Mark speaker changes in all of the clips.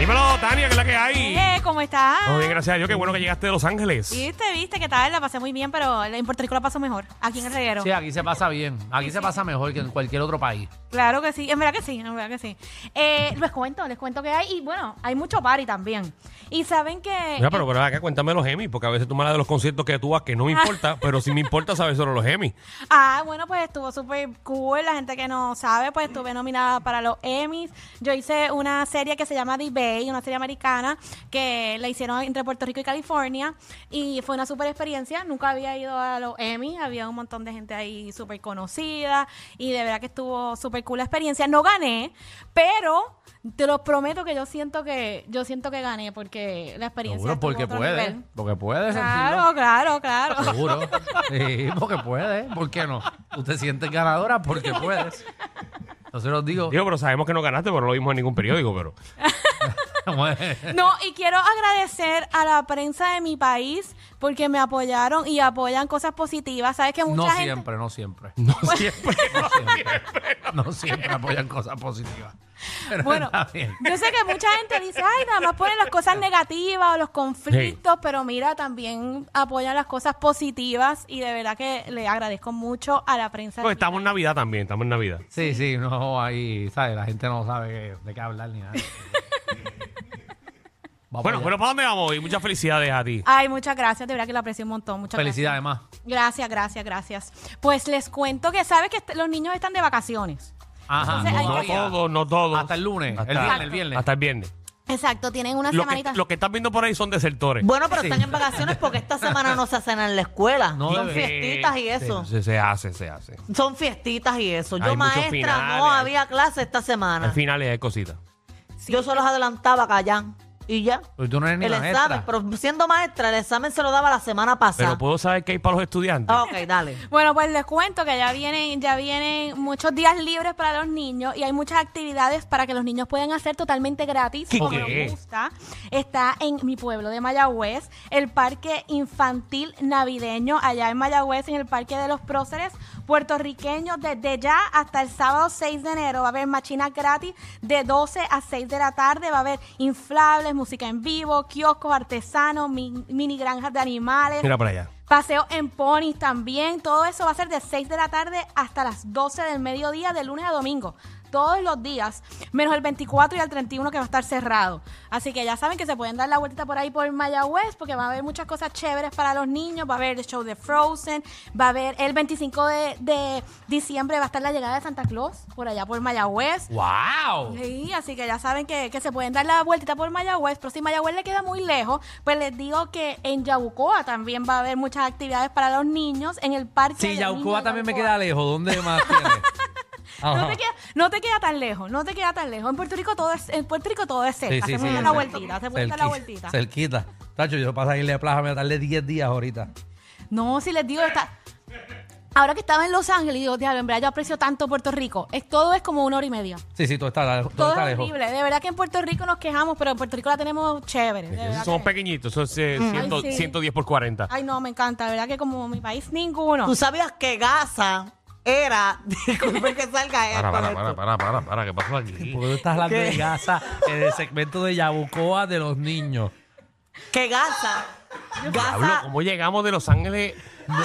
Speaker 1: Dímelo, Tania, que es la que hay.
Speaker 2: Eh, ¿Cómo estás?
Speaker 1: Muy bien, gracias a Dios. Qué bueno que llegaste de Los Ángeles.
Speaker 2: Viste, viste, que tal, la pasé muy bien, pero en Puerto Rico la paso mejor. Aquí en el reguero.
Speaker 3: Sí, aquí se pasa bien. Aquí se pasa mejor que en cualquier otro país.
Speaker 2: Claro que sí, en verdad que sí, en verdad que sí. Eh, les cuento, les cuento que hay, y bueno, hay mucho party también. Y saben que...
Speaker 1: Mira, pero, pero acá cuéntame los Emmy, porque a veces tú me hablas de los conciertos que tú vas, que no me importa, pero sí me importa saber sobre los Emmy.
Speaker 2: Ah, bueno, pues estuvo súper cool. La gente que no sabe, pues estuve nominada para los Emmys. Yo hice una serie que se llama The Bay, una serie americana que la hicieron entre Puerto Rico y California. Y fue una súper experiencia. Nunca había ido a los Emmys. Había un montón de gente ahí súper conocida. Y de verdad que estuvo súper cool la experiencia. No gané, pero te lo prometo que yo siento que yo siento que gané porque la experiencia
Speaker 3: Seguro,
Speaker 2: estuvo a
Speaker 3: porque
Speaker 2: otro
Speaker 3: puede.
Speaker 2: nivel.
Speaker 3: Porque puede
Speaker 2: Claro, claro, claro.
Speaker 3: sentirlo. Seguro. Sí, porque puede. ¿Por qué no? Tú te sientes ganadora porque puedes. Entonces los digo.
Speaker 1: Digo, pero sabemos que no ganaste, pero no lo vimos en ningún periódico, pero.
Speaker 2: No, y quiero agradecer a la prensa de mi país porque me apoyaron y apoyan cosas positivas. Sabes que mucha
Speaker 3: No
Speaker 2: gente
Speaker 3: siempre, no siempre.
Speaker 1: No siempre. no siempre.
Speaker 3: No siempre apoyan cosas positivas. Pero
Speaker 2: Bueno.
Speaker 3: está bien.
Speaker 2: Yo sé que mucha gente dice, ay, nada más ponen las cosas negativas o los conflictos, pero mira, también apoyan las cosas positivas y de verdad que le agradezco mucho a la prensa.
Speaker 1: Pues
Speaker 2: de mi
Speaker 1: estamos en Navidad también, estamos en Navidad.
Speaker 3: Sí, sí, no, ahí, ¿sabes? La gente no sabe de qué hablar ni nada.
Speaker 1: Bueno,
Speaker 3: Va para allá.
Speaker 1: pero ¿para dónde vamos? Y muchas felicidades a ti.
Speaker 2: Ay, muchas gracias, de verdad que la aprecio un montón. Muchas
Speaker 3: Felicidades más.
Speaker 2: Gracias. Gracias, gracias, gracias. Pues les cuento que sabes que est- los niños están de vacaciones.
Speaker 3: Ajá.
Speaker 2: Entonces,
Speaker 1: No
Speaker 2: hay que-
Speaker 1: todos, no todos.
Speaker 3: Hasta el lunes,
Speaker 1: Hasta-
Speaker 3: el viernes, el viernes.
Speaker 1: Hasta el viernes.
Speaker 2: Exacto, tienen una
Speaker 1: Lo que,
Speaker 2: semanita.
Speaker 1: lo que estás viendo por ahí son desertores.
Speaker 4: Bueno, pero
Speaker 3: Sí.
Speaker 4: están en vacaciones porque esta semana no se hacen en la escuela.
Speaker 3: No
Speaker 4: Son
Speaker 3: debe.
Speaker 4: fiestitas y eso.
Speaker 1: Se, se- se hace, se hace.
Speaker 4: Son fiestitas y eso. Yo,
Speaker 1: Hay muchos
Speaker 4: maestra,
Speaker 1: finales,
Speaker 4: no
Speaker 1: hay-
Speaker 4: había clase esta
Speaker 1: Al
Speaker 4: semana.
Speaker 1: final hay cositas.
Speaker 4: Yo se los adelantaba a Callán. Y ya.
Speaker 3: Pero tú no eres ni
Speaker 4: el
Speaker 3: maestra.
Speaker 4: examen, pero siendo maestra, el examen se lo daba la semana pasada.
Speaker 1: Pero puedo saber qué hay para los estudiantes.
Speaker 4: Ah, ok, dale.
Speaker 2: Bueno, pues les cuento que ya vienen, ya vienen muchos días libres para los niños y hay muchas actividades para que los niños puedan hacer totalmente gratis,
Speaker 1: ¿Qué
Speaker 2: como
Speaker 1: qué?
Speaker 2: nos gusta. Está en mi pueblo de Mayagüez, el Parque Infantil Navideño, allá en Mayagüez, en el Parque de los Próceres puertorriqueños, desde ya hasta el sábado 6 de enero. Va a haber machinas gratis de 12 a 6 de la tarde, va a haber inflables, música en vivo, kioscos, artesanos, mi- mini granjas de animales.
Speaker 1: Mira para allá.
Speaker 2: Paseo en ponis también. Todo eso va a ser de 6 de la tarde hasta las 12 del mediodía, de lunes a domingo. Todos los días, menos el 24 y el 31 que va a estar cerrado. Así que ya saben que se pueden dar la vueltita por ahí por Mayagüez porque va a haber muchas cosas chéveres para los niños. Va a haber el show de Frozen, va a haber el 25 de, de diciembre va a estar la llegada de Santa Claus por allá por Mayagüez.
Speaker 3: ¡Wow!
Speaker 2: Sí, así que ya saben que, que se pueden dar la vueltita por Mayagüez, pero si Mayagüez le queda muy lejos, pues les digo que en Yabucoa también va a haber muchas actividades para los niños en el parque.
Speaker 3: Sí,
Speaker 2: del
Speaker 3: Yaucoa
Speaker 2: niño
Speaker 3: también me
Speaker 2: Yaucoa.
Speaker 3: queda lejos. ¿Dónde más tienes? Ajá.
Speaker 2: No te, queda, no te queda tan lejos, no te queda tan lejos. En Puerto Rico todo es, en Puerto Rico todo es cerca. se
Speaker 3: Sí, sí, sí,
Speaker 2: puede dar
Speaker 3: es
Speaker 2: la
Speaker 3: cerca.
Speaker 2: vueltita, se puede dar la
Speaker 3: Cerquita,
Speaker 2: vueltita.
Speaker 3: Cerquita. Tacho, yo paso a irle a plaza, me voy a tarde 10 días ahorita.
Speaker 2: No, si les digo, está... ahora que estaba en Los Ángeles, digo, diablo, en verdad yo aprecio tanto Puerto Rico. Es, todo es como una hora y media.
Speaker 3: Sí, sí, todo está, todo
Speaker 2: Todo
Speaker 3: está
Speaker 2: es
Speaker 3: lejos.
Speaker 2: horrible. De verdad que en Puerto Rico nos quejamos, pero en Puerto Rico la tenemos chévere. de verdad
Speaker 1: Somos
Speaker 2: que-
Speaker 1: pequeñitos, son eh, 100
Speaker 2: Ay, sí.
Speaker 1: 110 por 40.
Speaker 2: Ay, no, me encanta. De verdad que como mi país, ninguno.
Speaker 4: Tú sabías que Gaza era. Disculpen que salga esto.
Speaker 1: Para, para, para,
Speaker 4: esto.
Speaker 1: para, para, para, ¿qué pasó aquí?
Speaker 3: Porque tú estás hablando
Speaker 4: ¿Qué?
Speaker 3: de Gaza en el segmento de Yabucoa de los niños.
Speaker 4: Que Gaza.
Speaker 1: Pablo,
Speaker 4: Gaza.
Speaker 1: ¿cómo llegamos de Los Ángeles
Speaker 2: Ah.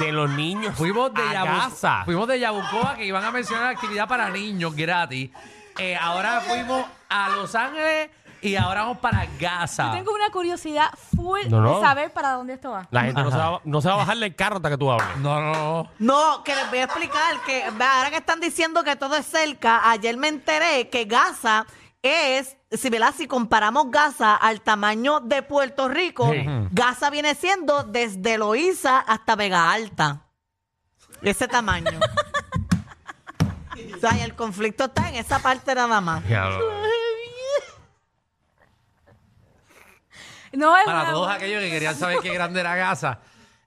Speaker 1: de, de los niños
Speaker 3: Fuimos de,
Speaker 1: a
Speaker 3: Yabu-
Speaker 1: Gaza?
Speaker 3: fuimos de Yabucoa que iban a mencionar actividad para niños gratis. Eh, ahora fuimos a Los Ángeles Y ahora vamos para Gaza.
Speaker 2: Yo tengo una curiosidad full
Speaker 1: No, no.
Speaker 2: de saber para dónde esto va.
Speaker 1: La gente no se, va, no se va a bajar del carro hasta que tú hables.
Speaker 3: No, no, no.
Speaker 4: No, que les voy a explicar que ahora que están diciendo que todo es cerca, ayer me enteré que Gaza es, si, ¿verdad? si comparamos Gaza al tamaño de Puerto Rico,
Speaker 1: Sí.
Speaker 4: Gaza viene siendo desde Loíza hasta Vega Alta. Ese tamaño. o sea, y el conflicto está en esa parte nada más.
Speaker 1: Diablo.
Speaker 2: No es
Speaker 3: Para
Speaker 2: una-
Speaker 3: todos aquellos que querían saber qué grande era Gaza,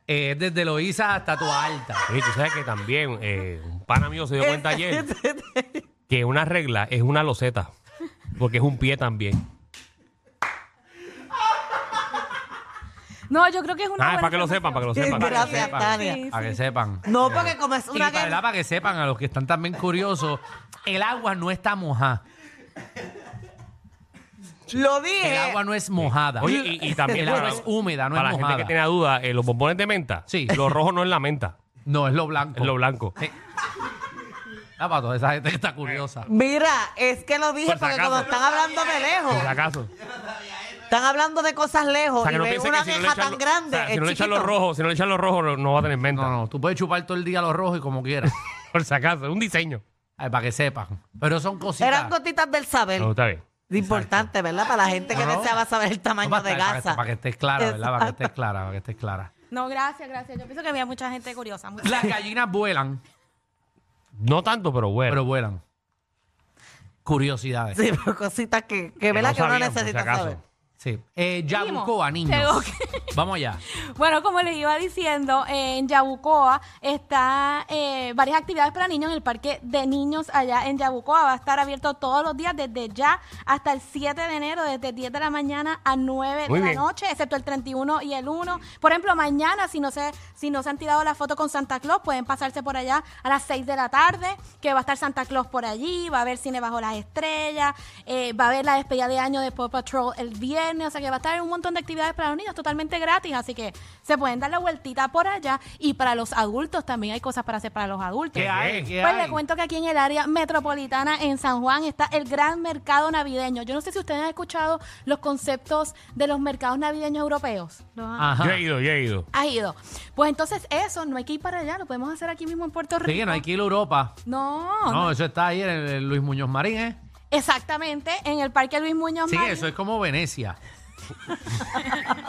Speaker 3: eh, desde Loíza hasta Tua Alta.
Speaker 1: Oye, tú sabes que también eh, un pana mío se dio cuenta ayer que una regla es una loseta, porque es un pie también.
Speaker 2: No, yo creo que es una.
Speaker 1: Ah,
Speaker 2: buena
Speaker 1: para que lo sepan,
Speaker 2: información.
Speaker 1: para que lo sepan. Para
Speaker 4: Gracias,
Speaker 1: que sepan.
Speaker 4: Tania.
Speaker 2: Sí,
Speaker 3: Para
Speaker 2: sí.
Speaker 3: que sepan.
Speaker 4: No, porque como es
Speaker 3: Y
Speaker 4: una
Speaker 3: para,
Speaker 4: guerra.
Speaker 3: para que sepan, a los que están también curiosos, el agua no está mojada.
Speaker 4: Lo
Speaker 3: El
Speaker 4: dije.
Speaker 3: agua no es mojada.
Speaker 1: Oye, y, y también
Speaker 3: El agua
Speaker 1: para-
Speaker 3: es húmeda, no es
Speaker 1: para la
Speaker 3: mojada.
Speaker 1: gente que tenga duda, eh, los bombones de menta,
Speaker 3: Sí.
Speaker 1: lo rojo no es la menta,
Speaker 3: No, es lo blanco.
Speaker 1: es lo blanco.
Speaker 3: Sí. Ah, para toda esa gente que está curiosa.
Speaker 1: Eh,
Speaker 4: Mira, es que lo dije
Speaker 1: Por si
Speaker 4: porque
Speaker 1: acaso.
Speaker 4: como están hablando de lejos,
Speaker 1: Por si acaso.
Speaker 4: están hablando de cosas lejos
Speaker 1: O sea, que
Speaker 4: y
Speaker 1: no
Speaker 4: ven
Speaker 1: piensen
Speaker 4: una
Speaker 1: que si no le
Speaker 4: queja
Speaker 1: echan
Speaker 4: tan
Speaker 1: lo-
Speaker 4: grande.
Speaker 1: o sea, si
Speaker 4: es
Speaker 1: no le echan
Speaker 4: chiquito.
Speaker 1: los rojos, si no le echan los rojos, no- no va a tener menta.
Speaker 3: No, no, tú puedes chupar todo el día los rojos y como quieras.
Speaker 1: Por si acaso, es un diseño.
Speaker 3: Ay, para que sepan. Pero son cositas.
Speaker 4: Eran gotitas del saber.
Speaker 1: No, está bien.
Speaker 4: Importante, ¿verdad? Para la gente que
Speaker 3: No, no.
Speaker 4: deseaba saber el
Speaker 3: No,
Speaker 4: tamaño
Speaker 3: para,
Speaker 4: de
Speaker 3: estar- para que-
Speaker 4: Gaza.
Speaker 3: para que estés clara, ¿verdad? Para que
Speaker 4: Exacto.
Speaker 3: estés clara, para que estés clara.
Speaker 2: No, gracias, gracias. Yo pienso que había mucha gente curiosa. mucha-
Speaker 3: Las gallinas vuelan,
Speaker 1: No tanto, pero bueno.
Speaker 3: pero vuelan. Curiosidades. Sí.
Speaker 4: Sí, pero cositas que, que,
Speaker 1: Que
Speaker 4: ¿verdad? que uno
Speaker 1: sabían, por si
Speaker 4: necesita
Speaker 1: acaso.
Speaker 4: saber.
Speaker 3: Eh,
Speaker 2: Primo, llegó
Speaker 3: Yabucoa, niños. Vamos allá.
Speaker 2: Bueno, como les iba diciendo, eh, en Yabucoa está eh, varias actividades para niños en el parque de niños allá en Yabucoa. Va a estar abierto todos los días desde ya hasta el 7 de enero, desde 10 de la mañana a 9
Speaker 1: Muy
Speaker 2: de
Speaker 1: bien.
Speaker 2: la noche, excepto el 31 y el 1. Por ejemplo, mañana, si no se, si no se han tirado la foto con Santa Claus, pueden pasarse por allá a las 6 de la tarde, que va a estar Santa Claus por allí, va a haber cine bajo las estrellas, eh, va a haber la despedida de año de Paw Patrol el viernes, o sea que va a estar un montón de actividades para los niños totalmente gratis, así que se pueden dar la vueltita por allá y para los adultos también hay cosas para hacer para los adultos.
Speaker 3: ¿Qué hay? ¿Qué
Speaker 2: Pues
Speaker 3: hay?
Speaker 2: le cuento que aquí en el área metropolitana, en San Juan, está el gran mercado navideño. Yo no sé si ustedes han escuchado los conceptos de los mercados navideños europeos. ¿Los han-
Speaker 3: Ajá.
Speaker 1: Yo he ido, yo he ido.
Speaker 2: has ido? Pues entonces eso, no hay que ir para allá, lo podemos hacer aquí mismo en Puerto Rico.
Speaker 3: Sí, que no hay que ir a Europa.
Speaker 2: No,
Speaker 3: No, eso está ahí en el- el Luis Muñoz Marín, ¿eh?
Speaker 2: exactamente, en el Parque Luis Muñoz
Speaker 3: Sí, que
Speaker 2: Marín.
Speaker 3: eso es como Venecia.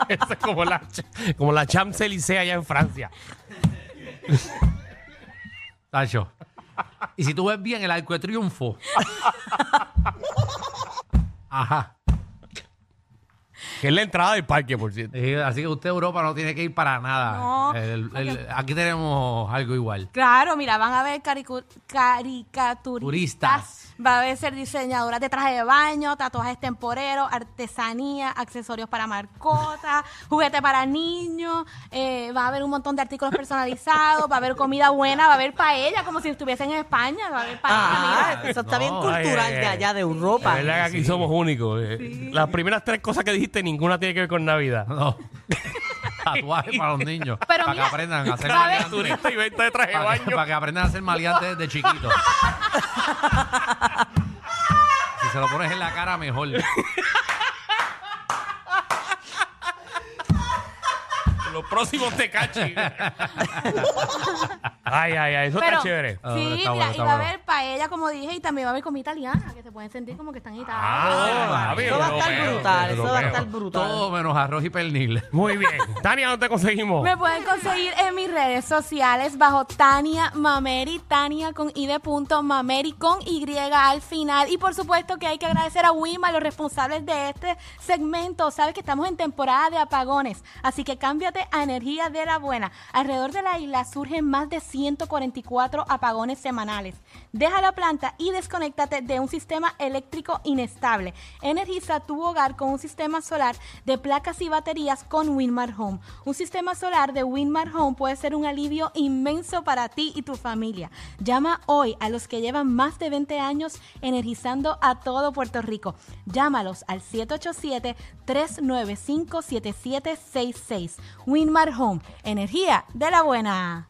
Speaker 1: Eso es como la, como la Champs-Élysées allá en Francia.
Speaker 3: Tacho. Y si tú ves bien el arco de triunfo. Ajá.
Speaker 1: Que es la entrada del parque, por cierto.
Speaker 3: Sí, Eh, Así que usted Europa no tiene que ir para nada.
Speaker 2: No,
Speaker 3: El- el- aquí tenemos algo igual.
Speaker 2: Claro, mira, van a ver caricu- caricaturistas,
Speaker 3: Turistas.
Speaker 2: va a haber ser diseñadoras de traje de baño, tatuajes temporeros, artesanía, accesorios para mascotas, juguetes para niños, eh, va a haber un montón de artículos personalizados, va a haber comida buena, va a haber paella, como si estuviesen en España, va a haber paella.
Speaker 4: Ah, eso está bien
Speaker 3: No,
Speaker 4: cultural
Speaker 1: ay, ay,
Speaker 4: de allá, de Europa.
Speaker 1: La verdad que aquí somos únicos. eh. Las primeras tres cosas que dijiste, ninguna tiene que ver con Navidad.
Speaker 3: No. Tatuajes para los niños.
Speaker 2: Pero
Speaker 3: para
Speaker 2: mira,
Speaker 3: que aprendan a ser
Speaker 2: cada vez-
Speaker 3: maleantes.
Speaker 1: Turista y venta de traje de
Speaker 3: Para que,
Speaker 1: baño.
Speaker 3: para que aprendan a ser maleantes desde chiquitos. si se lo pones en la cara, mejor.
Speaker 1: Los próximos te cachen. ay, ay, ay. Eso
Speaker 2: Pero-
Speaker 1: está chévere.
Speaker 3: Ah,
Speaker 2: Sí,
Speaker 3: está bueno,
Speaker 2: mira, y
Speaker 3: está
Speaker 2: va a
Speaker 3: bueno.
Speaker 2: haber paella, como dije, y también va a haber comida italiana, que se pueden sentir como que están en Italia.
Speaker 1: Ah, papi,
Speaker 4: Eso va a estar
Speaker 1: europeo,
Speaker 4: brutal, eso va a
Speaker 1: europeo.
Speaker 4: estar brutal.
Speaker 3: Todo menos arroz y pernil.
Speaker 1: Muy bien. Tania, ¿dónde te conseguimos?
Speaker 2: Me pueden conseguir en mis redes sociales bajo Tania Mameri, Tania con I de punto, Mameri con Y al final. Y por supuesto que hay que agradecer a Wima, los responsables de este segmento. Sabes que estamos en temporada de apagones, así que cámbiate a energía de la buena. Alrededor de la isla surgen más de 144 apagones semanales. Deja la planta y desconéctate de un sistema eléctrico inestable. Energiza tu hogar con un sistema solar de placas y baterías con Winmar Home. Un sistema solar de Winmar Home puede ser un alivio inmenso para ti y tu familia. Llama hoy a los que llevan más de 20 años energizando a todo Puerto Rico. Llámalos al 787-395-7766. Winmar Home, energía de la buena.